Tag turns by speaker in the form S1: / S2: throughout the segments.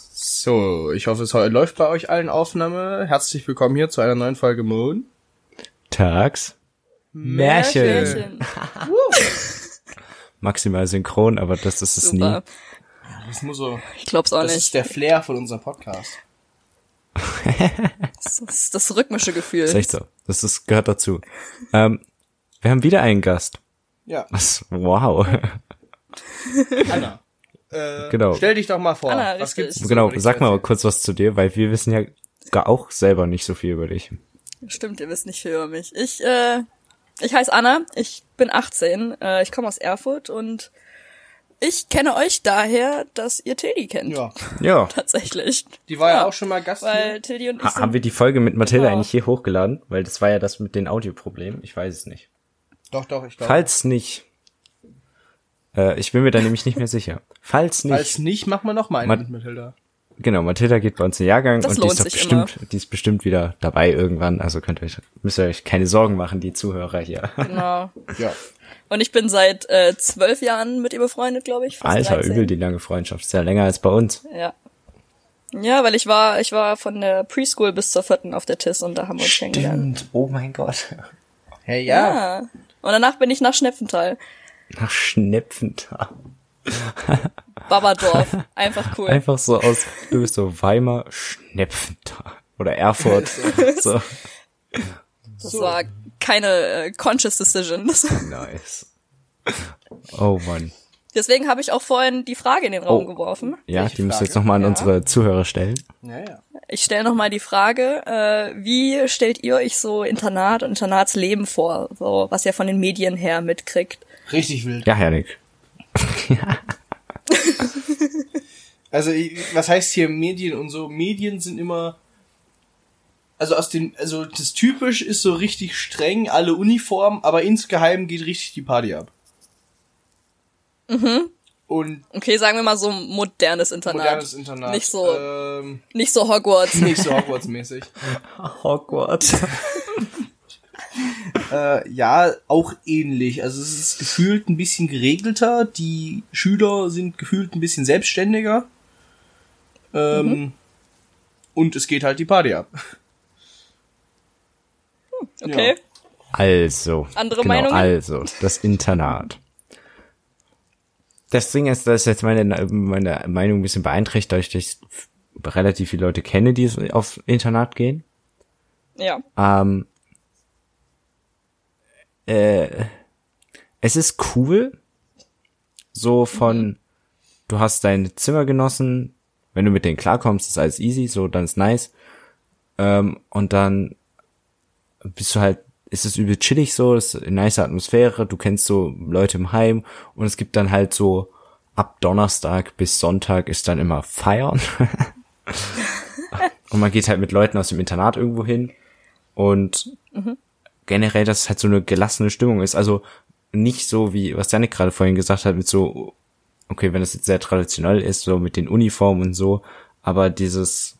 S1: So, ich hoffe, es läuft bei euch allen Aufnahme. Herzlich willkommen hier zu einer neuen Folge Moon.
S2: Tags. Märchen. Maximal synchron, aber das ist es
S3: Super.
S1: Das muss so.
S3: Ich glaub's auch
S1: Das
S3: nicht.
S1: ist der Flair von unserem Podcast.
S3: Das ist das rhythmische Gefühl.
S2: nie. Ist echt so. Das ist, gehört dazu. Ähm, wir haben wieder einen Gast.
S1: Ja,
S2: Was? Wow.
S1: Anna. Äh,
S2: Genau.
S1: Stell dich doch mal vor.
S3: Anna,
S1: was
S3: richtig.
S1: gibt's so
S2: genau,
S1: über dich
S2: sag
S1: zu
S2: mal
S1: erzählen?
S2: kurz was zu dir, weil wir wissen ja gar auch selber nicht so viel über dich.
S3: Stimmt, ihr wisst nicht viel über mich. Ich, äh, ich heiße Anna, ich bin 18, äh, ich komme aus Erfurt und ich kenne euch daher, dass ihr Tilly kennt.
S1: Ja,
S2: Ja.
S3: Tatsächlich.
S1: die war ja,
S3: Ja,
S1: auch schon mal Gast hier.
S3: Weil Tilly und ich
S2: Ha haben wir
S3: sind,
S2: die Folge mit Mathilda
S3: Genau.
S2: eigentlich hier hochgeladen? Weil das war ja das mit den Audioproblemen. Ich weiß es nicht.
S1: Doch, doch, ich glaube.
S2: Falls nicht. Äh, ich bin mir da nämlich nicht mehr sicher. Falls nicht.
S1: Falls nicht, machen wir noch mal einen
S2: Man-
S1: mit Mathilda.
S2: Genau, Mathilda geht bei uns in den Jahrgang
S3: Das
S2: und die
S3: lohnt
S2: ist, doch
S3: sich
S2: bestimmt, die ist bestimmt wieder dabei irgendwann. Also könnt ihr euch, müsst ihr euch keine Sorgen machen, die Zuhörer hier.
S3: genau.
S1: Ja.
S3: Und ich bin seit äh, zwölf Jahren mit ihr befreundet, glaube ich. fast
S2: Alter,
S3: 13.
S2: übel die lange Freundschaft. Ist ja länger als bei uns.
S3: Ja. Ja, weil ich war, ich war von der Preschool bis zur vierten auf der TIS und da haben wir uns kennengelernt.
S2: Oh mein Gott.
S1: Hey, ja.
S3: Ja. Und danach bin ich nach Schnepfenthal.
S2: Nach Schnepfenthal.
S3: Babadorf. Einfach cool.
S2: Einfach so aus, du bist so Weimar Schnepfenthal. Oder Erfurt. so.
S3: Das war keine äh, conscious decision. Das-
S2: Nice. Oh Mann.
S3: Deswegen habe ich auch vorhin die Frage in den Raum
S2: Oh.
S3: geworfen.
S2: Ja,
S1: Welche
S2: die musst du
S1: Frage?
S2: jetzt nochmal an unsere Zuhörer stellen.
S1: Ja, ja.
S3: Ich stelle nochmal die Frage, äh, wie stellt ihr euch so Internat und Internatsleben vor? So, was ihr von den Medien her mitkriegt.
S1: Richtig wild.
S2: Ja, Janik.
S1: Also, ich- was heißt hier Medien und so? Medien sind immer. Also aus dem, also das typisch ist so richtig streng, alle Uniformen, aber insgeheim geht richtig die Party ab. Mhm. Und
S3: Okay, sagen wir mal so modernes Internat.
S1: modernes Internat.
S3: Nicht so,
S1: Ähm,
S3: nicht so Hogwarts.
S1: nicht so Hogwarts-mäßig.
S2: Hogwarts.
S1: äh, ja, auch ähnlich. Also es ist gefühlt ein bisschen geregelter. Die Schüler sind gefühlt ein bisschen selbstständiger. Ähm,
S3: Mhm.
S1: Und es geht halt die Party ab.
S3: Okay.
S1: Ja.
S2: Also.
S3: Andere
S2: genau,
S3: Meinungen?
S2: Also, das Internat. Das Ding ist, dass jetzt meine, meine Meinung ein bisschen beeinträchtigt, dadurch, dass ich relativ viele Leute kenne, die es auf Internat gehen.
S3: Ja.
S2: Ähm, äh, es ist cool, so von, du hast deine Zimmergenossen, wenn du mit denen klarkommst, ist alles easy, so, dann ist nice. Ähm, und dann bist du halt, ist es übel chillig so, es ist eine nice Atmosphäre, du kennst so Leute im Heim und es gibt dann halt so, ab Donnerstag bis Sonntag ist dann immer Feiern. und man geht halt mit Leuten aus dem Internat irgendwo hin und generell, dass es halt so eine gelassene Stimmung ist. Also nicht so wie, was Janik gerade vorhin gesagt hat, mit so, okay, wenn das jetzt sehr traditionell ist, so mit den Uniformen und so, aber dieses,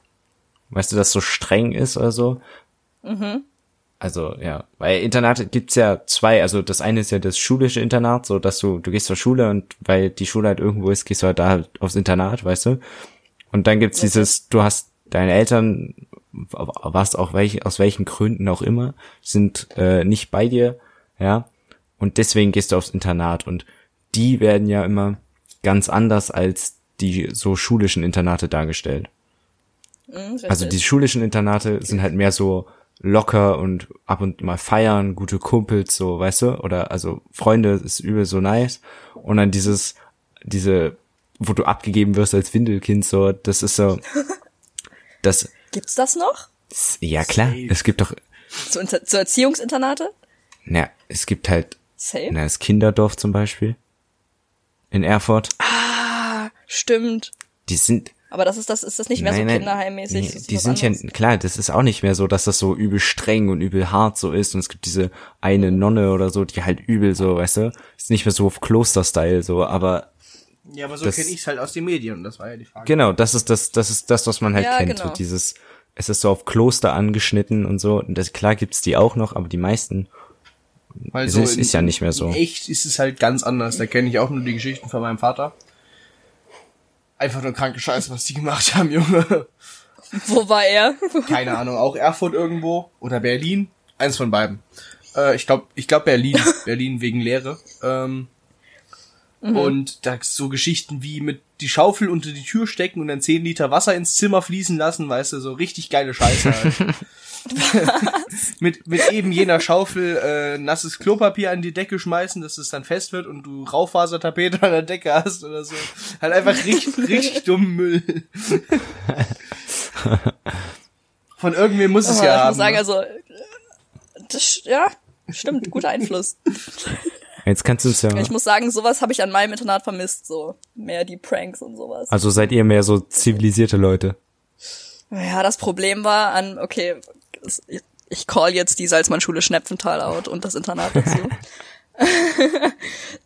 S2: weißt du, dass so streng ist oder so. Also, ja, weil Internate gibt's ja zwei, also das eine ist ja das schulische Internat, so dass du, du gehst zur Schule und weil die Schule halt irgendwo ist, gehst du halt da halt aufs Internat, weißt du? Und dann gibt's dieses, du hast deine Eltern, was auch welch, aus welchen Gründen auch immer, sind äh, nicht bei dir, ja. Und deswegen gehst du aufs Internat und die werden ja immer ganz anders als die so schulischen Internate dargestellt.
S3: Mhm,
S2: Also die schulischen Internate sind halt mehr so locker und ab und mal feiern, gute Kumpels, so, weißt du? Oder also Freunde ist übel so nice. Und dann dieses, diese, wo du abgegeben wirst als Windelkind, so, das ist so, das,
S3: Gibt's das noch?
S2: ja klar,
S1: Safe.
S2: es gibt doch,
S3: Zu, Inter- zu Erziehungsinternate?
S2: na, es gibt halt,
S3: Safe.
S2: na, das Kinderdorf zum Beispiel. In Erfurt.
S3: Ah. Stimmt.
S2: Die sind,
S3: Aber das ist das, ist das nicht mehr so kinderheimmäßig?
S2: nee,
S3: das ist
S2: die
S3: was
S2: sind
S3: anderes.
S2: ja, klar, das ist auch nicht mehr so, dass das so übel streng und übel hart so ist. Und es gibt diese eine Nonne oder so, die halt übel so, weißt du, ist nicht mehr so auf Kloster-Style so, aber
S1: Ja, aber so
S2: Das-
S1: kenne ich es halt aus den Medien und das war ja die Frage.
S2: genau, das ist das, das ist das, was man halt
S3: Ja,
S2: kennt. So
S3: genau.
S2: dieses, es ist so auf Kloster angeschnitten und so. Und das, klar gibt's die auch noch, aber die meisten,
S1: Weil
S2: Es ist- ist ja nicht mehr so.
S1: In echt ist es halt ganz anders. Da kenne ich auch nur die Geschichten von meinem Vater. einfach nur kranke Scheiße, was die gemacht haben, Junge.
S3: Wo war er?
S1: Keine Ahnung, auch Erfurt irgendwo oder Berlin, eins von beiden. Äh, ich glaube, ich glaube Berlin, Berlin wegen Lehre. Ähm,
S3: Mhm.
S1: Und da so Geschichten wie mit die Schaufel unter die Tür stecken und dann 10 Liter Wasser ins Zimmer fließen lassen, weißt du, so richtig geile Scheiße. Halt. mit, mit eben jener Schaufel äh, nasses Klopapier an die Decke schmeißen, dass es dann fest wird und du Raufasertapete an der Decke hast oder so. Halt einfach richtig, richtig dummen Müll. Von irgendwem muss es
S3: Aber
S1: ja
S3: ich
S1: haben.
S3: muss sagen,
S1: ne?
S3: also, das, ja, stimmt, guter Einfluss.
S2: Jetzt kannst du es ja.
S3: Ich muss sagen, sowas habe ich an meinem Internat vermisst, so. Mehr die Pranks und sowas.
S2: Also seid ihr mehr so zivilisierte Leute.
S3: Ja, das Problem war an, okay, es- ich call jetzt die Salzmannschule Schnepfenthal out und das Internat dazu.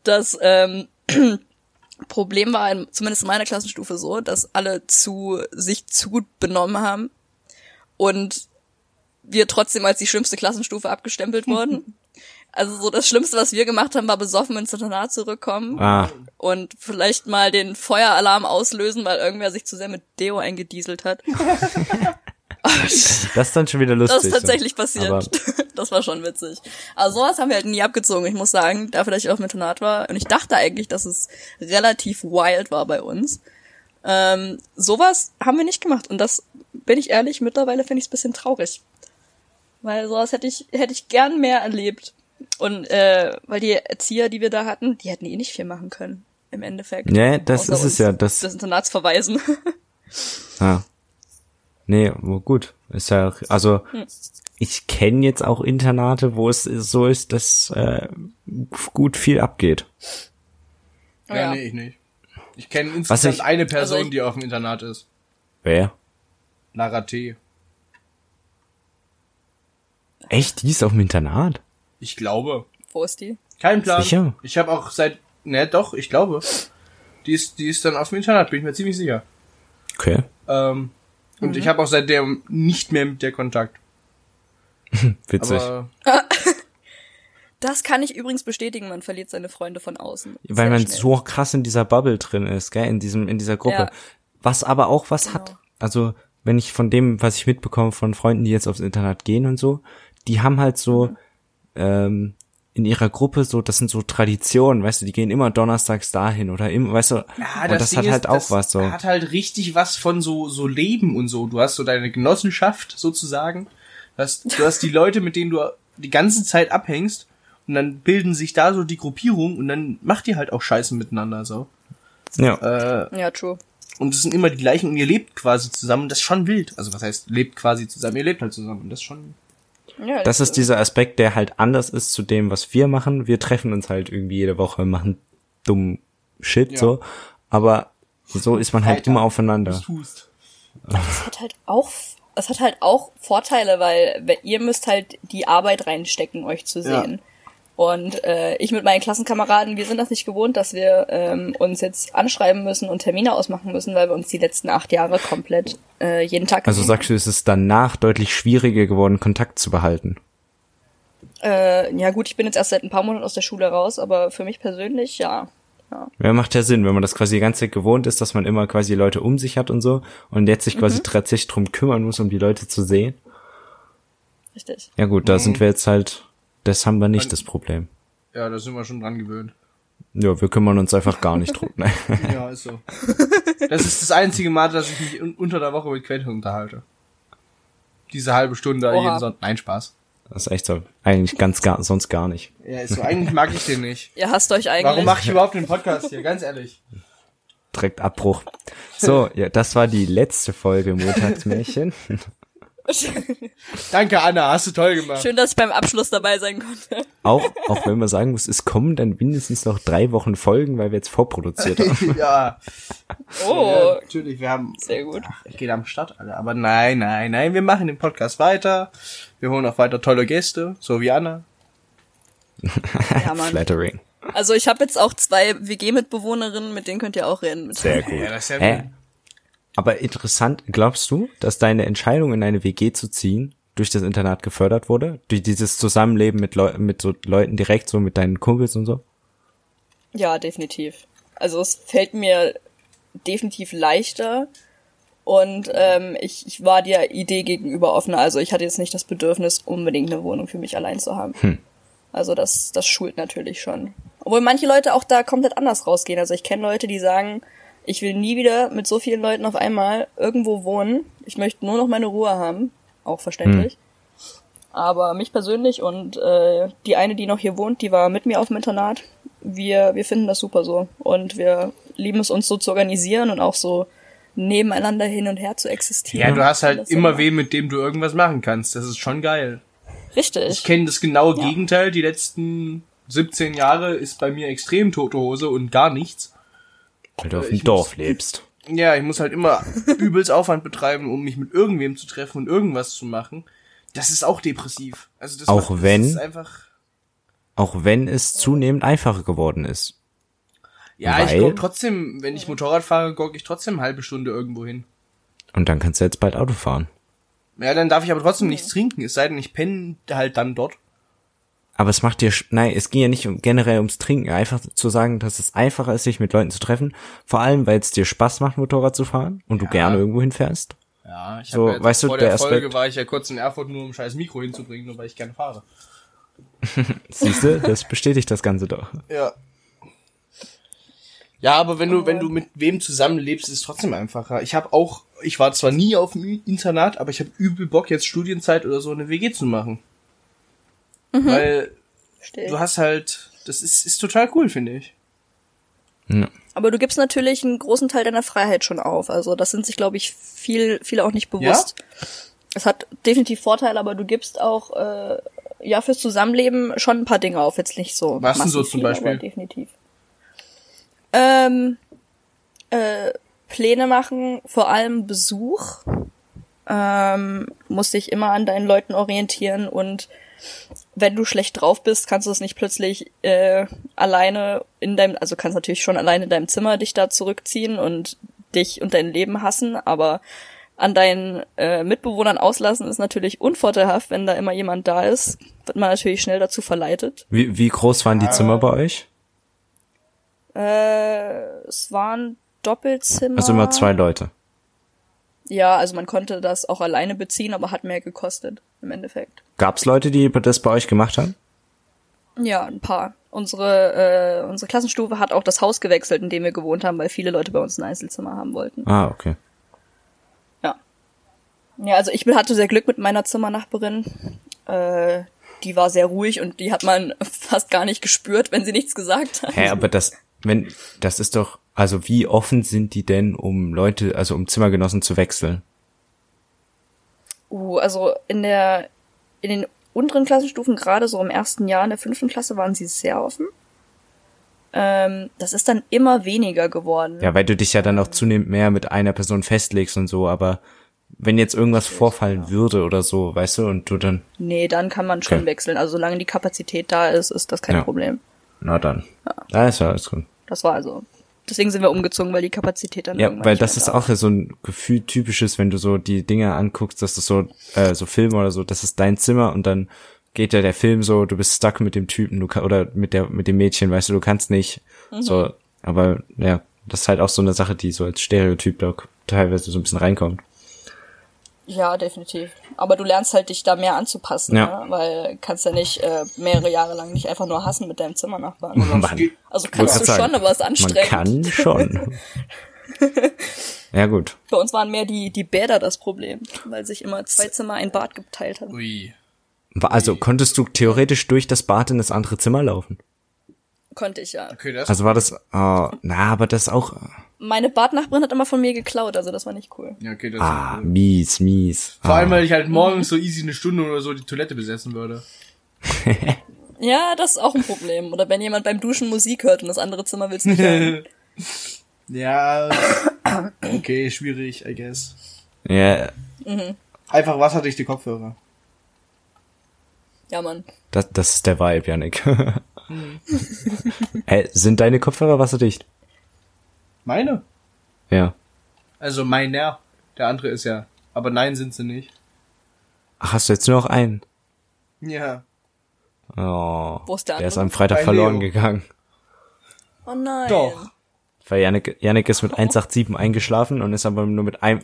S3: das ähm, Problem war in, zumindest in meiner Klassenstufe so, dass alle zu sich zu gut benommen haben und wir trotzdem als die schlimmste Klassenstufe abgestempelt wurden. Also so das Schlimmste, was wir gemacht haben, war besoffen ins Internat zurückkommen
S2: Ah,
S3: und vielleicht mal den Feueralarm auslösen, weil irgendwer sich zu sehr mit Deo eingedieselt hat.
S2: das ist dann schon wieder lustig.
S3: Das ist tatsächlich passiert.
S2: Aber-
S3: das war schon witzig. Aber sowas haben wir halt nie abgezogen. Ich muss sagen, dafür, dass ich auf dem Internat war. Und ich dachte eigentlich, dass es relativ wild war bei uns. Ähm, sowas haben wir nicht gemacht. Und das, bin ich ehrlich, mittlerweile finde ich es ein bisschen traurig. Weil sowas hätte ich, hätte ich gern mehr erlebt. Und äh, weil die Erzieher, die wir da hatten, die hätten eh nicht viel machen können. Im Endeffekt.
S2: Nee, das
S3: Außer
S2: ist es
S3: uns
S2: ja, das-
S3: des Internats verweisen.
S2: so. Ah. Nee, wo- gut. Ist ja, also
S3: Hm.
S2: ich kenne jetzt auch Internate, wo es so ist, dass äh, gut viel abgeht.
S1: Ja,
S3: Ja.
S1: nee, ich nicht. Ich kenne
S2: Was
S1: insgesamt
S2: ich-
S1: eine Person,
S3: Also ich-
S1: die auf dem Internat ist.
S2: Wer?
S1: Lara T.
S2: Echt, die ist auf dem Internat?
S1: Ich glaube.
S3: Wo ist die?
S1: Kein Plan.
S2: Sicher?
S1: Ich habe auch seit. Ne, doch, ich glaube. Die ist, die ist dann auf dem Internat, bin ich mir ziemlich sicher.
S2: Okay.
S1: Ähm, und ich habe auch seitdem nicht mehr mit der Kontakt.
S2: Witzig.
S1: Aber
S3: Das kann ich übrigens bestätigen, man verliert seine Freunde von außen.
S2: Weil
S3: Sehr
S2: man
S3: schnell.
S2: so krass in dieser Bubble drin ist, gell, in diesem, in dieser Gruppe.
S3: Ja.
S2: Was aber auch was
S1: Genau.
S2: hat. Also, wenn ich von dem, was ich mitbekomme von Freunden, die jetzt aufs Internat gehen und so, die haben halt so,
S1: Mhm.
S2: ähm, in ihrer Gruppe so, das sind so Traditionen, weißt du, die gehen immer donnerstags dahin oder immer, weißt du,
S1: Ja,
S2: und das
S1: Ding
S2: hat
S1: ist,
S2: halt auch
S1: Ah, das
S2: was so.
S1: Hat halt richtig was von so so Leben und so. Du hast so deine Genossenschaft sozusagen. Du hast, du hast die Leute, mit denen du die ganze Zeit abhängst und dann bilden sich da so die Gruppierung und dann macht ihr halt auch Scheiße miteinander so.
S2: ja.
S1: äh,
S3: Ja, true.
S1: Und es sind immer die gleichen und ihr lebt quasi zusammen. Das ist schon wild. Also was heißt lebt quasi zusammen? Ihr lebt halt zusammen. Das ist schon.
S3: Ja,
S2: Das ist dieser Aspekt, der halt anders ist zu dem, was wir machen. Wir treffen uns halt irgendwie jede Woche, machen dummen Shit
S1: Ja.
S2: so, aber so ist man halt
S1: Alter,
S2: immer aufeinander.
S1: was tust.
S3: das hat halt auch, das hat halt auch Vorteile, weil we- ihr müsst halt die Arbeit reinstecken, euch zu
S1: Ja.
S3: sehen. Und äh, ich mit meinen Klassenkameraden, wir sind das nicht gewohnt, dass wir ähm, uns jetzt anschreiben müssen und Termine ausmachen müssen, weil wir uns die letzten acht Jahre komplett äh, jeden Tag
S2: Also sagst du, es ist danach deutlich schwieriger geworden, Kontakt zu behalten.
S3: äh, ja gut, ich bin jetzt erst seit ein paar Monaten aus der Schule raus, aber für mich persönlich ja.
S2: Ja, macht ja Sinn, wenn man das quasi die ganze Zeit gewohnt ist, dass man immer quasi Leute um sich hat und so und jetzt sich
S3: Mhm.
S2: quasi tatsächlich drum kümmern muss, um die Leute zu sehen.
S3: Richtig.
S2: Ja gut, da sind wir jetzt halt, das haben wir nicht, das Problem.
S1: Ja, da sind wir schon dran gewöhnt.
S2: Ja, wir kümmern uns einfach gar nicht drum. Nein.
S1: Ja, ist so. Das ist das einzige Mal, dass ich mich un unter der Woche mit Quentin unterhalte. Diese halbe Stunde
S3: Oha.
S1: jeden Sonntag. Nein, Spaß.
S2: Das ist echt so. Eigentlich ganz gar, sonst gar nicht.
S1: Ja, ist so. Eigentlich mag ich den nicht.
S3: Ihr hasst euch eigentlich.
S1: Warum mache ich überhaupt den Podcast hier? Ganz ehrlich.
S2: Direkt Abbruch. So, ja, das war die letzte Folge Montagsmärchen.
S1: Danke, Anna. Hast du toll gemacht.
S3: Schön, dass ich beim Abschluss dabei sein konnte.
S2: Auch, auch wenn man sagen muss, es kommen dann mindestens noch drei Wochen Folgen, weil wir jetzt vorproduziert haben.
S1: ja. ja.
S3: Oh,
S1: Natürlich, wir haben.
S3: sehr gut.
S1: Ach, geht am Start, alle. Aber nein, nein, nein. Wir machen den Podcast weiter. Wir holen auch weiter tolle Gäste, so wie Anna.
S3: Ja, Mann.
S2: Flattering.
S3: Also ich habe jetzt auch zwei WG-Mitbewohnerinnen, mit denen könnt ihr auch reden.
S2: Sehr gut.
S1: Ja, das ist ja
S2: Hä?
S1: gut.
S2: Äh? Aber interessant, glaubst du, dass deine Entscheidung in eine WG zu ziehen durch das Internat gefördert wurde? Durch dieses Zusammenleben mit, Leu mit so Leuten direkt, so mit deinen Kumpels und so?
S3: Ja, definitiv. Also es fällt mir definitiv leichter. Und ähm, ich, ich war der Idee gegenüber offen. Also ich hatte jetzt nicht das Bedürfnis, unbedingt eine Wohnung für mich allein zu haben.
S2: Hm.
S3: Also das, das schult natürlich schon. Obwohl manche Leute auch da komplett anders rausgehen. Also ich kenne Leute, die sagen, ich will nie wieder mit so vielen Leuten auf einmal irgendwo wohnen. Ich möchte nur noch meine Ruhe haben. Auch verständlich. Aber mich persönlich und äh, die eine, die noch hier wohnt, die war mit mir auf dem Internat. Wir, wir finden das super so. Und wir lieben es, uns so zu organisieren und auch so nebeneinander hin und her zu existieren.
S1: Ja, du hast halt
S3: Das
S1: immer wen, mit dem du irgendwas machen kannst. Das ist schon geil. Ich
S3: Richtig.
S1: kenne das genaue
S3: Ja.
S1: Gegenteil. Die letzten 17 Jahre ist bei mir extrem tote Hose und gar nichts.
S2: Weil du auf
S1: Ich
S2: dem
S1: muss-
S2: Dorf lebst.
S1: Ja, ich muss halt immer übelst Aufwand betreiben, um mich mit irgendwem zu treffen und irgendwas zu machen. Das ist auch depressiv. Also das
S2: Auch
S1: macht,
S2: wenn-
S1: Das ist einfach
S2: Auch wenn es zunehmend einfacher geworden ist.
S1: ja, ich
S2: weil-
S1: guck trotzdem, wenn ich Motorrad fahre, guck ich trotzdem eine halbe Stunde irgendwo hin.
S2: Und dann kannst du jetzt bald Auto fahren.
S1: Ja, dann darf ich aber trotzdem nichts trinken, es sei denn, ich penne halt dann dort.
S2: Aber es macht dir, sch- nein, es ging ja nicht um, generell ums Trinken, einfach zu sagen, dass es einfacher ist, sich mit Leuten zu treffen. Vor allem, weil es dir Spaß macht, Motorrad zu fahren und du gerne irgendwo hinfährst.
S1: Ja, ich
S2: So,
S1: hab ja jetzt
S2: weißt du,
S1: vor der,
S2: der
S1: Folge
S2: Aspekt-
S1: war ich ja kurz in Erfurt nur um scheiß Mikro hinzubringen, nur weil ich gerne fahre.
S2: Siehst du, das bestätigt das Ganze doch.
S1: Ja. Ja, aber wenn du, wenn du mit wem zusammenlebst, ist es trotzdem einfacher. Ich habe auch, ich war zwar nie auf dem I- Internat, aber ich habe übel Bock, jetzt Studienzeit oder so eine WG zu machen. Mhm. Weil
S3: Verstehe.
S1: du hast halt, das ist, ist total cool, finde ich.
S3: Aber du gibst natürlich einen großen Teil deiner Freiheit schon auf. Also das sind sich, glaube ich, viel, viele auch nicht bewusst. Es hat definitiv Vorteile, aber du gibst auch äh, ja fürs Zusammenleben schon ein paar Dinge auf. Jetzt nicht so.
S1: Was denn so
S3: massiv
S1: zum
S3: viel,
S1: Beispiel?
S3: aber Definitiv. Ähm, äh, Pläne machen, vor allem Besuch. Ähm, musst dich immer an deinen Leuten orientieren und wenn du schlecht drauf bist, kannst du es nicht plötzlich äh, alleine in deinem, also kannst natürlich schon alleine in deinem Zimmer dich da zurückziehen und dich und dein Leben hassen, aber an deinen äh, Mitbewohnern auslassen ist natürlich unvorteilhaft, wenn da immer jemand da ist, wird man natürlich schnell dazu verleitet.
S2: Wie, wie groß waren die Zimmer bei euch?
S3: Äh, es waren Doppelzimmer.
S2: Also immer zwei Leute.
S3: Ja, also man konnte das auch alleine beziehen, aber hat mehr gekostet im Endeffekt.
S2: Gab's Leute, die das bei euch gemacht haben?
S3: Ja, ein paar. Unsere, äh, unsere Klassenstufe hat auch das Haus gewechselt, in dem wir gewohnt haben, weil viele Leute bei uns ein Einzelzimmer haben wollten.
S2: Ah, okay.
S3: Ja. Ja, also ich hatte sehr Glück mit meiner Zimmernachbarin. Äh, die war sehr ruhig und die hat man fast gar nicht gespürt, wenn sie nichts gesagt hat.
S2: Hä, aber das, wenn, das ist doch, also wie offen sind die denn, um Leute, also um Zimmergenossen zu wechseln?
S3: Uh, also in der, in den unteren Klassenstufen, gerade so im ersten Jahr in der fünften Klasse, waren sie sehr offen. Ähm, das ist dann immer weniger geworden.
S2: Ja, weil du dich ja dann auch zunehmend mehr mit einer Person festlegst und so, aber wenn jetzt irgendwas vorfallen würde oder so, weißt du, und du dann,
S3: Nee, dann kann man schon
S2: Okay.
S3: wechseln. Also solange die Kapazität da ist, ist das kein
S2: Ja.
S3: Problem.
S2: na dann. Da ist ja alles gut.
S3: Das war also. Deswegen sind wir umgezogen, weil die Kapazität dann
S2: Ja,
S3: irgendwann
S2: weil
S3: nicht
S2: das
S3: mehr
S2: ist
S3: da
S2: auch so ein Gefühl typisches, wenn du so die Dinge anguckst, dass du so, äh, so Filme oder so, das ist dein Zimmer und dann geht ja der Film so, du bist stuck mit dem Typen, du ka- oder mit der, mit dem Mädchen, weißt du, du kannst nicht,
S3: Mhm.
S2: so, aber, ja, das ist halt auch so eine Sache, die so als Stereotyp da teilweise so ein bisschen reinkommt.
S3: Ja, definitiv. Aber du lernst halt dich da mehr anzupassen,
S2: Ja.
S3: ne? weil kannst ja nicht äh, mehrere Jahre lang nicht einfach nur hassen mit deinem Zimmernachbarn.
S2: Mann.
S1: geht-
S3: Also
S2: Wollte
S3: kannst du
S2: grad sagen,
S3: schon, aber es ist anstrengend.
S2: Man kann schon. ja, gut.
S3: Bei uns waren mehr die, die Bäder das Problem, weil sich immer zwei Zimmer ein Bad geteilt haben.
S1: Ui.
S2: Wa- Also, konntest du theoretisch durch das Bad in das andere Zimmer laufen?
S3: Konnte ich ja.
S1: Okay, das
S2: Also war das, äh, na, aber das auch,
S3: Meine Badnachbarin hat immer von mir geklaut, also das war nicht cool.
S1: ja, okay, das
S2: ah, mies, mies.
S1: Vor
S2: ah.
S1: allem, weil ich halt morgens so easy eine Stunde oder so die Toilette besetzen würde.
S3: Ja, das ist auch ein Problem. Oder wenn jemand beim Duschen Musik hört und das andere Zimmer willst du nicht hören.
S1: Ja. Okay, schwierig, I guess.
S2: Ja,
S1: Einfach wasserdichte Kopfhörer.
S3: Ja, Mann.
S2: das, das ist der Vibe, Janik. Hä, sind deine Kopfhörer wasserdicht?
S1: Meine?
S2: Ja.
S1: Also meiner. Der andere ist ja. Aber nein, sind sie nicht.
S2: Ach, hast du jetzt nur noch einen?
S1: Ja.
S2: Oh,
S3: Wo ist der
S2: der ist
S3: andere?
S2: am Freitag
S1: Bei
S2: verloren
S1: Leo.
S2: gegangen.
S3: Oh nein.
S1: Doch.
S2: Weil Yannick, Yannick ist mit 187 eingeschlafen und ist aber nur mit einem,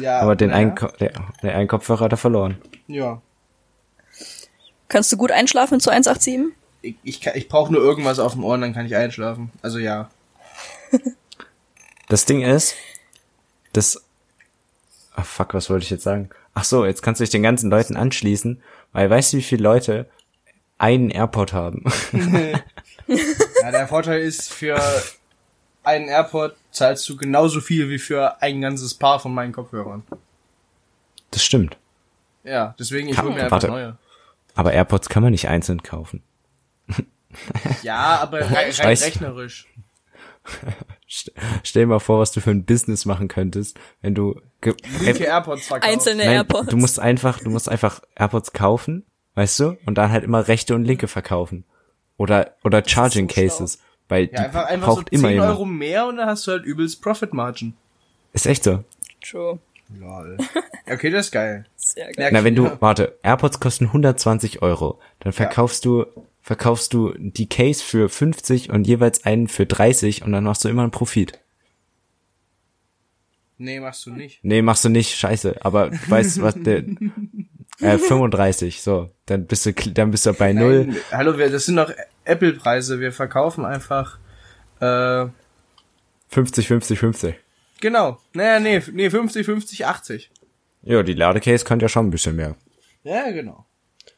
S1: Ja.
S2: aber den
S1: naja.
S2: einen, Ko- der, der einen Kopfhörer hat er verloren.
S1: Ja.
S3: Kannst du gut einschlafen zu 187?
S1: Ich, ich, kann- ich brauche nur irgendwas auf dem Ohr, dann kann ich einschlafen. Also ja.
S2: Das Ding ist, das, ah fuck, was wollte ich jetzt sagen? Ach so, jetzt kannst du dich den ganzen Leuten anschließen, weil weißt du, wie viele Leute einen AirPod haben?
S1: Ja, der Vorteil ist, für einen Airport zahlst du genauso viel wie für ein ganzes Paar von meinen Kopfhörern.
S2: Das stimmt.
S1: Ja, deswegen, ich
S2: Kann-
S1: hole mir einfach
S2: warte.
S1: neue.
S2: Aber AirPods kann man nicht einzeln kaufen.
S1: Ja, aber rein, rein
S2: Weiß-
S1: rechnerisch.
S2: St stell dir mal vor, was du für ein Business machen könntest, wenn du ge-
S1: Linke Airpods verkauft.
S3: Einzelne
S2: Nein,
S3: AirPods.
S2: du musst einfach, du musst einfach AirPods kaufen, weißt du, und dann halt immer rechte und linke verkaufen. Oder oder Charging
S3: so schlau.
S2: Cases, weil
S1: Ja,
S2: die
S1: einfach, einfach so
S2: braucht
S1: 10
S2: immer jemand.
S1: Euro mehr und dann hast du halt übelst Profit Margin.
S2: Ist echt so.
S3: True.
S1: Lol. Okay, das ist geil.
S3: Sehr geil.
S1: Merk
S2: Na, wenn
S1: ich
S2: du,
S1: mir.
S2: warte, AirPods kosten 120 Euro, dann verkaufst du, verkaufst du die Case für 50 und jeweils einen für 30 und dann machst du immer einen Profit.
S1: Nee, machst du nicht.
S2: Nee, machst du nicht, scheiße, aber du weißt was, der, äh, 35, so, dann bist du, kl- dann bist du bei null.
S1: Nein, hallo, wir, das sind doch Apple-Preise. Wir verkaufen einfach. Äh,
S2: 50, 50, 50.
S1: genau. Naja, nee, nee, 50, 50, 80.
S2: Ja, die Ladecase könnt ja schon ein bisschen mehr.
S1: Ja, genau.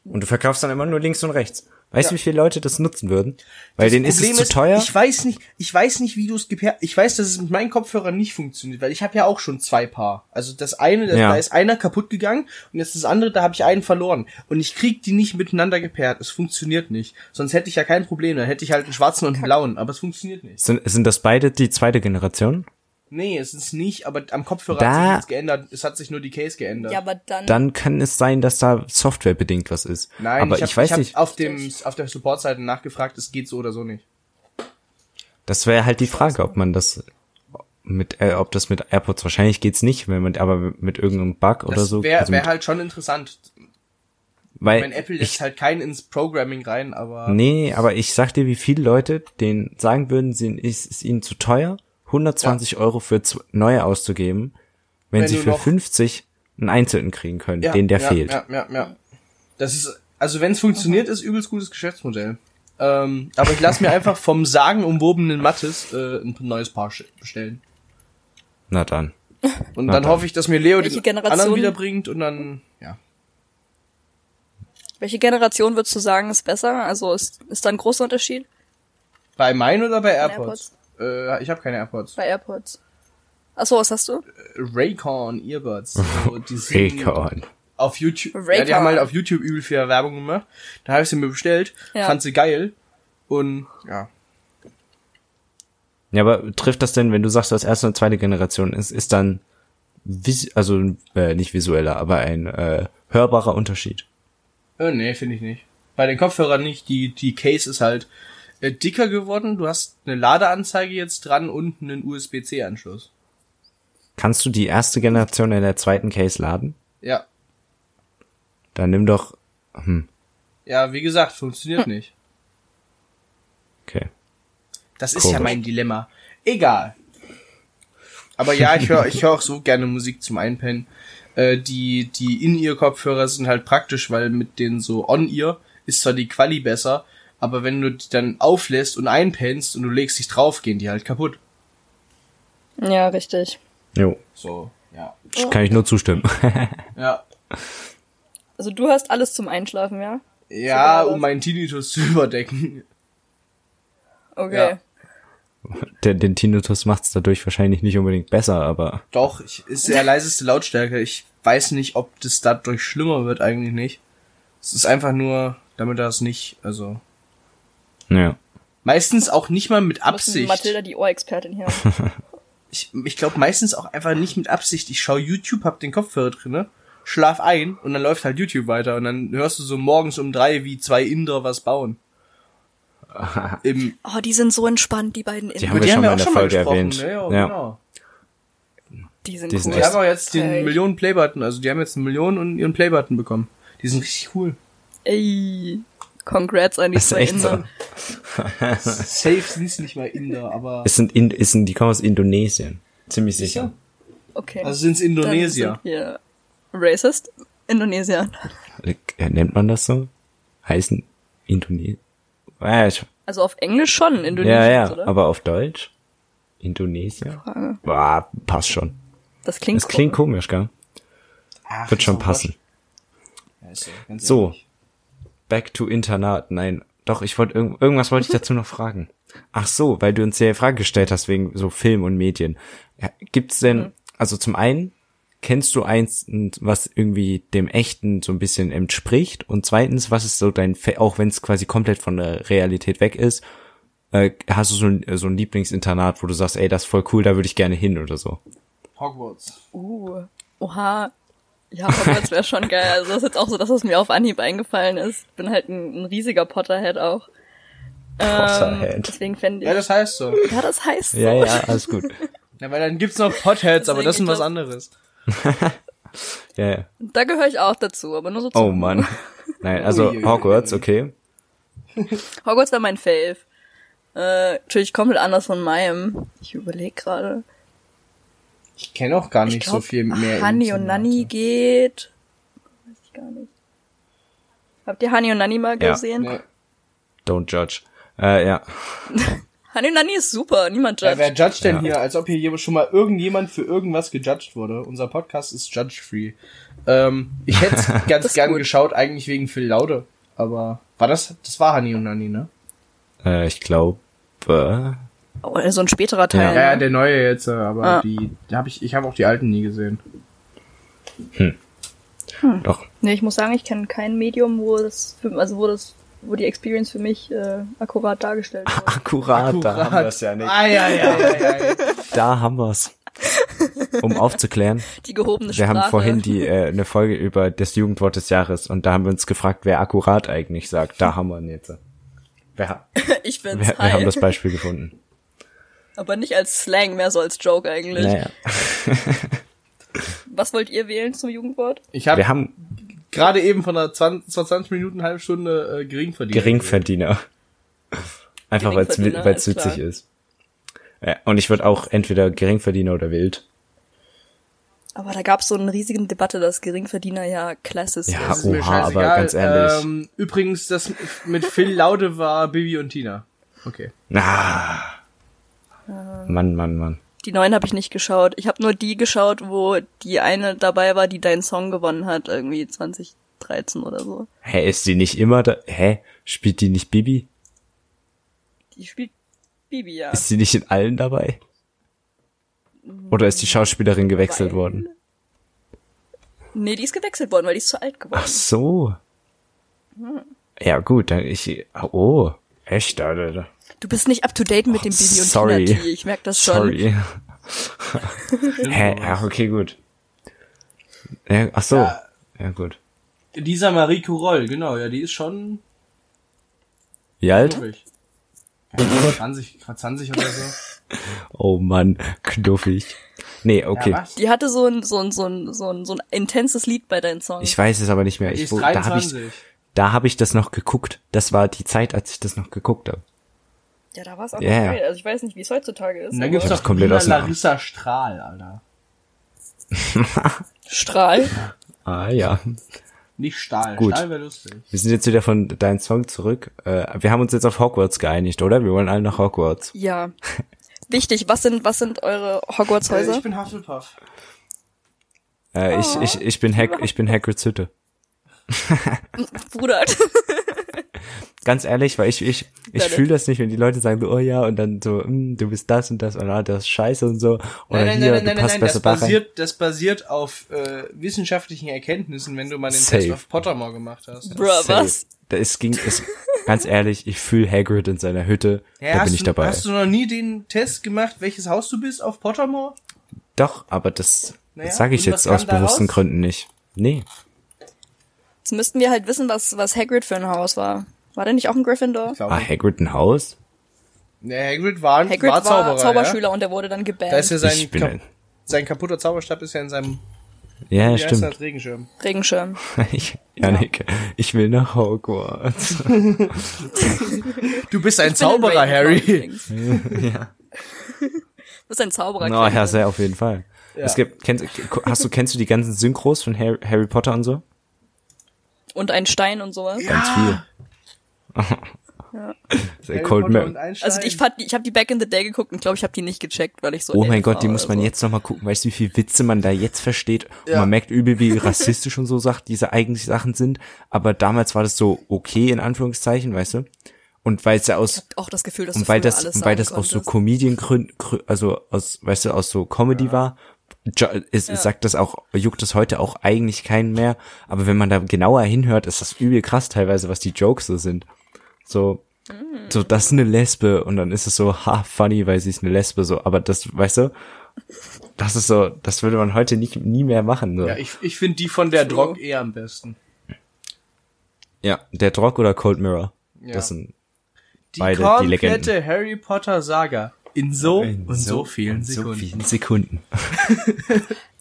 S2: Und du verkaufst dann immer nur links und rechts. Weißt du, wie viele Leute das nutzen würden? Weil denen ist es
S1: Problem
S2: zu teuer.
S1: Ich weiß nicht, ich weiß nicht, wie du es gepaart. Ich weiß, dass es mit meinen Kopfhörern nicht funktioniert, weil ich habe ja auch schon zwei Paar. Also das eine, das,
S2: Ja.
S1: da ist einer kaputt gegangen und jetzt das andere, da habe ich einen verloren. Und ich krieg die nicht miteinander gepaart. Es funktioniert nicht. Sonst hätte ich ja kein Problem. Dann hätte ich halt einen schwarzen und einen blauen, aber es funktioniert nicht.
S2: sind, sind das beide die zweite Generation?
S1: Nee, es ist nicht, aber am Kopfhörer
S2: Da-
S1: hat sich nichts geändert. Es hat sich nur die Case geändert.
S3: Ja, aber dann,
S2: Dann kann es sein, dass da softwarebedingt was ist.
S1: Nein,
S2: aber
S1: ich,
S2: ich,
S1: hab,
S2: weiß
S1: ich hab
S2: nicht.
S1: auf dem auf der Supportseite nachgefragt, es geht so oder so nicht.
S2: Das wäre halt die Frage, ob man das mit, äh, ob das mit AirPods wahrscheinlich geht's nicht, wenn man aber mit irgendeinem Bug oder
S1: Das
S2: so.
S1: wäre
S2: also
S1: wär
S2: mit-
S1: halt schon interessant.
S2: weil
S1: Wenn Apple lässt
S2: ich,
S1: halt keinen ins Programming rein, aber
S2: Nee, aber ich sag dir, wie viele Leute denen sagen würden, sie, ist, ist ihnen zu teuer, 120 Euro für zw- neue auszugeben, wenn,
S1: Wenn
S2: sie
S1: du
S2: für
S1: noch-
S2: 50 einen Einzelnen kriegen können, den der
S1: ja,
S2: fehlt.
S1: Ja, ja, ja. Das ist, also wenn es funktioniert, ist übelst gutes Geschäftsmodell. Ähm, aber ich lasse mir einfach vom sagenumwobenen Mattes äh, ein neues Paar sch- bestellen.
S2: Na dann.
S1: Und
S2: Na
S1: dann
S2: dann.
S1: hoffe ich, dass mir Leo
S3: Welche
S1: den
S3: Generation?
S1: anderen wiederbringt und dann, ja.
S3: welche Generation würdest du sagen, ist besser? Also ist, ist da ein großer Unterschied
S1: Bei meinen oder bei AirPods? Äh, ich habe keine AirPods.
S3: bei AirPods? Achso, was hast du?
S1: Raycon Earbuds. So, die sind
S2: Recon.
S1: Auf YouTube. Ja, die
S3: Raycon.
S1: haben halt auf YouTube übel viel Werbung gemacht. Da habe ich sie mir bestellt,
S3: Ja.
S1: fand sie geil. Und ja.
S2: Ja, aber trifft das denn, wenn du sagst, dass erste und zweite Generation ist, ist dann vis also äh, nicht visueller, aber ein äh, hörbarer Unterschied.
S1: Äh, nee, finde ich nicht. Bei den Kopfhörern nicht. Die, die Case ist halt äh, dicker geworden. Du hast eine Ladeanzeige jetzt dran und einen USB-C-Anschluss.
S2: Kannst du die erste Generation in der zweiten Case laden?
S1: Ja.
S2: Dann nimm doch.
S1: Ja, wie gesagt, funktioniert nicht.
S2: Okay.
S1: Das ist ja
S2: Komisch.
S1: mein Dilemma. Egal. Aber ja, ich höre ich hör auch so gerne Musik zum Einpennen. Äh, die die In-Ear-Kopfhörer sind halt praktisch, weil mit den so On-Ear ist zwar die Quali besser, aber wenn du die dann auflässt und einpennst und du legst dich drauf, gehen die halt kaputt.
S3: Ja, richtig.
S2: Jo.
S1: So, ja.
S2: Kann ich nur zustimmen.
S1: Ja,
S3: Also du hast alles zum Einschlafen, ja?
S1: ja
S3: Sogar
S1: um meinen Tinnitus zu überdecken.
S3: Okay.
S1: Ja.
S2: den, den Tinnitus macht's dadurch wahrscheinlich nicht unbedingt besser, aber
S1: Doch, ich, ist der leiseste Lautstärke. Ich weiß nicht, ob das dadurch schlimmer wird, eigentlich nicht. Es ist einfach nur, damit das nicht, also.
S2: naja.
S1: Meistens auch nicht mal mit
S3: Müssen
S1: Absicht.
S3: Mathilda die Ohrexpertin hier.
S1: Ich, ich glaube meistens auch einfach nicht mit Absicht. Ich schaue YouTube, hab den Kopfhörer drinne, schlaf ein und dann läuft halt YouTube weiter und dann hörst du so morgens um drei, wie zwei Inder was bauen. Im,
S3: oh, die sind so entspannt, die beiden Innen.
S2: haben wir
S1: die
S2: schon
S1: haben wir
S2: mal
S1: auch
S2: in der
S1: schon mal
S2: Folge
S1: gesprochen.
S2: erwähnt.
S1: Ne? Ja,
S2: Ja.
S1: Genau.
S3: Die sind
S2: Die sind
S3: cool.
S1: Die haben auch jetzt
S3: Echt?
S1: den Millionen Playbutton, also die haben jetzt eine Million und ihren Playbutton bekommen. Die sind richtig cool.
S3: Ey, Congrats an die
S2: Das ist
S3: zwei
S2: echt so.
S3: Inder.
S1: Safe sind's nicht mal Inder, aber
S2: Es sind, in, es sind, die kommen aus Indonesien. Ziemlich sicher.
S3: Okay.
S1: also sind's
S3: Dann
S1: Indonesier.
S3: sind wir Racist? Indonesier.
S2: Äh, Nennt man das so? Heißen Indonesien? Ja, ich,
S3: Also auf Englisch schon Indonesier,
S2: ja, ja,
S3: oder?
S2: aber auf Deutsch? Indonesien?
S3: Frage.
S2: Boah, passt schon.
S3: Das klingt,
S2: Es klingt komisch, gell?
S1: Ach,
S2: Wird
S1: ist
S2: schon
S1: doch
S2: passen.
S1: Quatsch. Ja, ist ja ganz
S2: So.
S1: ehrlich.
S2: Back to Internat. Nein, doch, ich wollte irgend, irgendwas wollte ich dazu noch fragen. Ach so, weil du uns ja die Frage gestellt hast wegen so Film und Medien. Ja, Gibt's denn also zum einen kennst du eins, was irgendwie dem echten so ein bisschen entspricht und zweitens, was ist so dein Fa- auch wenn es quasi komplett von der Realität weg ist, äh, hast du so ein, so ein Lieblingsinternat, wo du sagst, ey, das ist voll cool, da würde ich gerne hin oder so.
S1: Hogwarts.
S3: Uh, oha. Ja, Hogwarts wäre schon geil. Also das ist jetzt auch so, dass es mir auf Anhieb eingefallen ist. Bin halt ein, ein riesiger Potterhead auch. Ähm,
S2: Potterhead.
S3: deswegen fände ich...
S1: Ja, das heißt so.
S3: Ja, das heißt so.
S2: Ja, ja, alles gut.
S1: Ja, weil dann gibt's noch Potheads, aber
S3: Deswegen
S1: das ist
S3: geht
S1: was
S3: das-
S1: anderes.
S2: Ja, ja.
S3: Da gehöre ich auch dazu, aber nur so zu.
S2: Oh Mann. Nein, also
S1: Uiuiui.
S2: Hogwarts, okay.
S3: Hogwarts wäre mein Fave. Äh, natürlich komplett anders von meinem. Ich überlege gerade.
S1: Ich kenne auch gar
S3: Ich
S1: nicht so
S3: glaube,
S1: viel mehr. ne?
S3: Hani und
S1: Internate.
S3: Nanni geht. Weiß ich gar nicht. Habt ihr Hani und Nanni mal
S2: Ja.
S3: gesehen?
S1: Nee.
S2: Don't judge. Äh, ja.
S3: Hani und Nanni ist super, niemand
S1: Ja,
S3: judgt.
S1: wer judgt denn
S2: Ja.
S1: hier, als ob hier jemand- schon mal irgendjemand für irgendwas gejudged wurde? Unser Podcast ist judge-free. Ähm, ich hätte ganz
S3: ist
S1: gern
S3: gut.
S1: geschaut, eigentlich wegen Phil Laude. Aber war das, das war Hani und Nani, ne?
S2: Äh, ich glaube. Äh,
S3: oh, so ein späterer Teil.
S2: Ja.
S1: Ja, ja, der neue jetzt, äh, aber
S3: Ah.
S1: die, die habe ich, ich habe auch die alten nie gesehen.
S2: doch.
S3: Nee, Ne, ich muss sagen, ich kenne kein Medium, wo das, für, also wo das, wo die Experience für mich äh, akkurat dargestellt wird.
S2: Akkurat, Ah, da haben wir es ja nicht.
S1: Ah, ja, ja, ja, ja, ja.
S2: Da haben wir es. Um aufzuklären,
S3: Die gehobene
S2: wir
S3: Sprache.
S2: haben vorhin die äh, eine Folge über das Jugendwort des Jahres und da haben wir uns gefragt, wer akkurat eigentlich sagt. Da haben wir ihn jetzt. Wir, ha-
S3: ich
S2: wir,
S3: bin's,
S2: wir haben
S3: hi.
S2: das Beispiel gefunden.
S3: Aber nicht als Slang, mehr so als Joke eigentlich.
S2: Naja.
S3: Was wollt ihr wählen zum Jugendwort?
S1: Ich habe
S2: Wir haben
S1: gerade eben von einer 20, 20 Minuten, halbe Stunde äh, gering verdient.
S2: Geringverdiener. Einfach weil es
S3: Geringverdiener,
S2: weil's
S3: ist
S2: witzig
S3: klar.
S2: ist. Ja, und ich würde auch entweder Geringverdiener oder wild.
S3: Aber da gab es so eine riesige Debatte, dass Geringverdiener ja Classes
S2: Ja,
S3: ist.
S1: Ist mir
S2: Oha,
S1: scheißegal.
S2: aber ganz ehrlich.
S1: Ähm, übrigens, das mit Phil Laude war Bibi und Tina. Okay.
S2: Ah. Mann, Mann, Mann.
S3: Die neuen habe ich nicht geschaut. Ich habe nur die geschaut, wo die eine dabei war, die deinen Song gewonnen hat, irgendwie 2013 oder so.
S2: Hä, ist die nicht immer da? Hä? Spielt die nicht Bibi?
S3: Die spielt Bibi, ja.
S2: Ist die nicht in allen dabei? Oder ist die Schauspielerin gewechselt
S3: Mhm. Weil-
S2: worden?
S3: Nee, die ist gewechselt worden, weil die ist zu alt geworden.
S2: Ach so. Ja, gut, dann ich. Oh, echt, Alter.
S3: Du bist nicht up to date mit dem Bibi und
S2: Oh, sorry.
S3: Tina Tee. Ich merk das schon.
S2: Sorry. Hä? Ach, okay, gut. Ja, ach so. Ja,
S1: Ja.
S2: gut.
S1: Lisa Marie Kuroll, genau, ja, die ist schon
S2: Wie alt?
S1: knuffig. Ja, 20, 20 oder so.
S2: Oh Mann, knuffig. Nee, okay.
S1: Ja, was?
S3: Die hatte so ein, so ein, so ein, so ein, so ein intenses Lied bei deinen Songs.
S2: ich weiß es aber nicht mehr.
S1: Die
S2: Ich,
S1: ist
S2: wo, da habe ich,
S1: 23.
S2: da hab ich das noch geguckt. Das war die Zeit, als ich das noch geguckt habe.
S3: ja, da war es auch
S2: Ja, ja.
S3: geil. Also ich weiß nicht, wie es heutzutage ist.
S1: Und dann
S3: aber-
S1: gibt's
S2: hab's
S1: noch
S2: komplett
S1: Ina
S2: aus dem Arm.
S1: Larissa Strahl, Alter.
S3: Strahl.
S2: Ah ja.
S1: Nicht Stahl.
S2: Gut.
S1: Stahl wäre lustig.
S2: Wir sind jetzt wieder von deinem Song zurück. Äh, wir haben uns jetzt auf Hogwarts geeinigt, oder? Wir wollen alle nach Hogwarts.
S3: Ja. Wichtig, was sind, was sind eure
S1: Äh,
S3: Hogwarts-Häuser?
S1: Ich bin Hufflepuff.
S2: Äh, ich, ich, ich bin Hag ich bin Hagrid's Hütte.
S3: Bruder.
S2: Ganz ehrlich, weil ich ich ich
S3: Deine-
S2: fühle das nicht, wenn die Leute sagen, so, oh ja und dann so, mm, du bist das und das und ah, das ist scheiße und so oder hier du passt besser
S1: das
S2: da rein.
S1: basiert, das basiert auf äh, wissenschaftlichen Erkenntnissen, wenn du mal den
S2: Safe.
S1: Test auf Pottermore gemacht hast.
S3: Bruh,
S2: Safe.
S3: was?
S2: Da es ging es ganz ehrlich, ich fühle Hagrid in seiner Hütte,
S1: Hä,
S2: da
S1: hast
S2: bin ich
S1: du,
S2: dabei.
S1: Hast du noch nie den Test gemacht, welches Haus du bist auf Pottermore?
S2: Doch, aber das,
S1: Naja,
S2: das sage ich
S1: und
S2: jetzt
S1: was
S2: aus
S1: kam da
S2: bewussten
S1: raus?
S2: Gründen nicht. Nee,
S3: Jetzt müssten wir halt wissen, was, was Hagrid für ein Haus war. War der nicht auch ein Gryffindor?
S1: Glaube
S2: ah, Hagrid ein Haus?
S1: Nee, Hagrid war, ein-
S3: Hagrid war,
S1: war Zauberer.
S3: Zauberschüler und der wurde dann gebannt.
S1: Ja? Da ist ja
S2: ich
S1: sein,
S2: bin
S1: kap-
S2: ein,
S1: sein kaputter Zauberstab ist ja in seinem
S2: Ja, ja
S1: Wie heißt
S2: stimmt.
S1: das? Regenschirm.
S3: Regenschirm.
S2: Ich, Janik, ich will nach Hogwarts.
S1: Du bist ein
S3: Ich bin
S1: Zauberer,
S3: ein Ravenclaw
S1: Harry.
S3: übrigens.
S2: ja.
S3: Du bist ein Zauberer.
S2: Na ja,
S3: Kevin.
S2: sehr auf jeden Fall.
S1: Ja.
S2: Es gibt, kennst, hast du, kennst du die ganzen Synchros von Harry, Harry Potter und so?
S3: Und ein Stein und sowas.
S2: Ganz viel. Sehr
S1: Ah. Harry
S2: Cold
S1: Potter und
S2: Mirror.
S1: Einstein.
S3: Also ich fand, die- ich habe die Back in the Day geguckt und glaube, ich habe die nicht gecheckt, weil ich so
S2: Oh mein
S3: elf
S2: Gott, die
S3: war
S2: muss
S3: oder
S2: man
S3: so.
S2: jetzt nochmal gucken. Weißt du, wie viel Witze man da jetzt versteht? Und
S1: Ja.
S2: man merkt übel, wie rassistisch und so sagt, diese eigentlich Sachen sind. Aber damals war das so okay, in Anführungszeichen, weißt du? Und weil es ja aus
S3: auch das Gefühl, dass du
S2: und weil
S3: früher
S2: das
S3: alles
S2: und weil
S3: sagen
S2: das aus so
S3: konntest.
S2: Comedian also aus weißt du aus so Comedy war jo, ist, sagt das auch juckt das heute auch eigentlich keinen mehr aber wenn man da genauer hinhört ist das übel krass teilweise was die Jokes so sind so
S3: Mm.
S2: so das ist eine Lesbe und dann ist es so ha funny weil sie ist eine Lesbe so aber das weißt du das ist so das würde man heute nicht nie mehr machen so.
S1: ja, ich, ich finde die von der
S3: True.
S1: Drog eher am besten.
S2: ja der Drock oder Cold Mirror
S1: Ja.
S2: das sind
S1: Die
S2: Beide, die
S1: komplette
S2: Legenden.
S1: Harry Potter Saga in so und so, vielen
S2: und
S1: Sekunden.
S2: so vielen Sekunden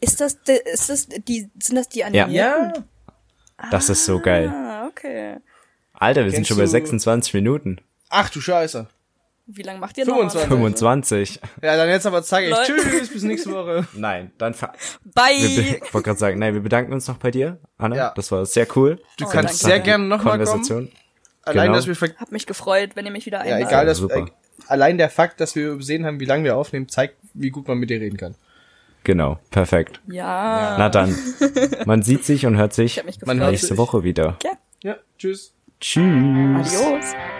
S3: Ist das, de- ist das die, sind das die animierten?
S1: Ja,
S2: das ist so geil
S3: Ah, okay.
S2: Alter, wir sind
S1: Kennst
S2: schon bei
S1: du-
S2: 26 Minuten.
S1: ach du Scheiße.
S3: Wie lange macht ihr
S1: 25.
S3: noch?
S2: 25.
S1: Ja, dann jetzt aber zeige ich.
S3: Leute.
S1: Tschüss, bis nächste Woche.
S2: Nein, dann ver wir be-
S3: Bye!
S2: ich wollte gerade sagen, nein, wir bedanken uns noch bei dir, Anna.
S1: Ja.
S2: Das war sehr cool.
S1: Du
S3: Oh,
S1: kannst
S3: danke.
S1: sehr gerne nochmal kommen.
S2: Konversation.
S1: Allein,
S2: Genau.
S1: dass wir ver
S3: Hab mich gefreut, wenn ihr mich wieder
S1: Ja,
S3: einladet.
S1: egal, dass
S2: super.
S1: äh, allein der Fakt, dass wir gesehen haben, wie lange wir aufnehmen, zeigt, wie gut man mit dir reden kann.
S2: Genau, perfekt.
S3: Ja.
S1: Ah.
S2: Na dann, man sieht sich und hört sich
S3: hab mich
S1: Man
S3: gefreut.
S1: hört
S2: nächste
S1: sich.
S2: Woche wieder.
S3: Ja.
S1: Ja, tschüss.
S2: Tschüss.
S3: Adios.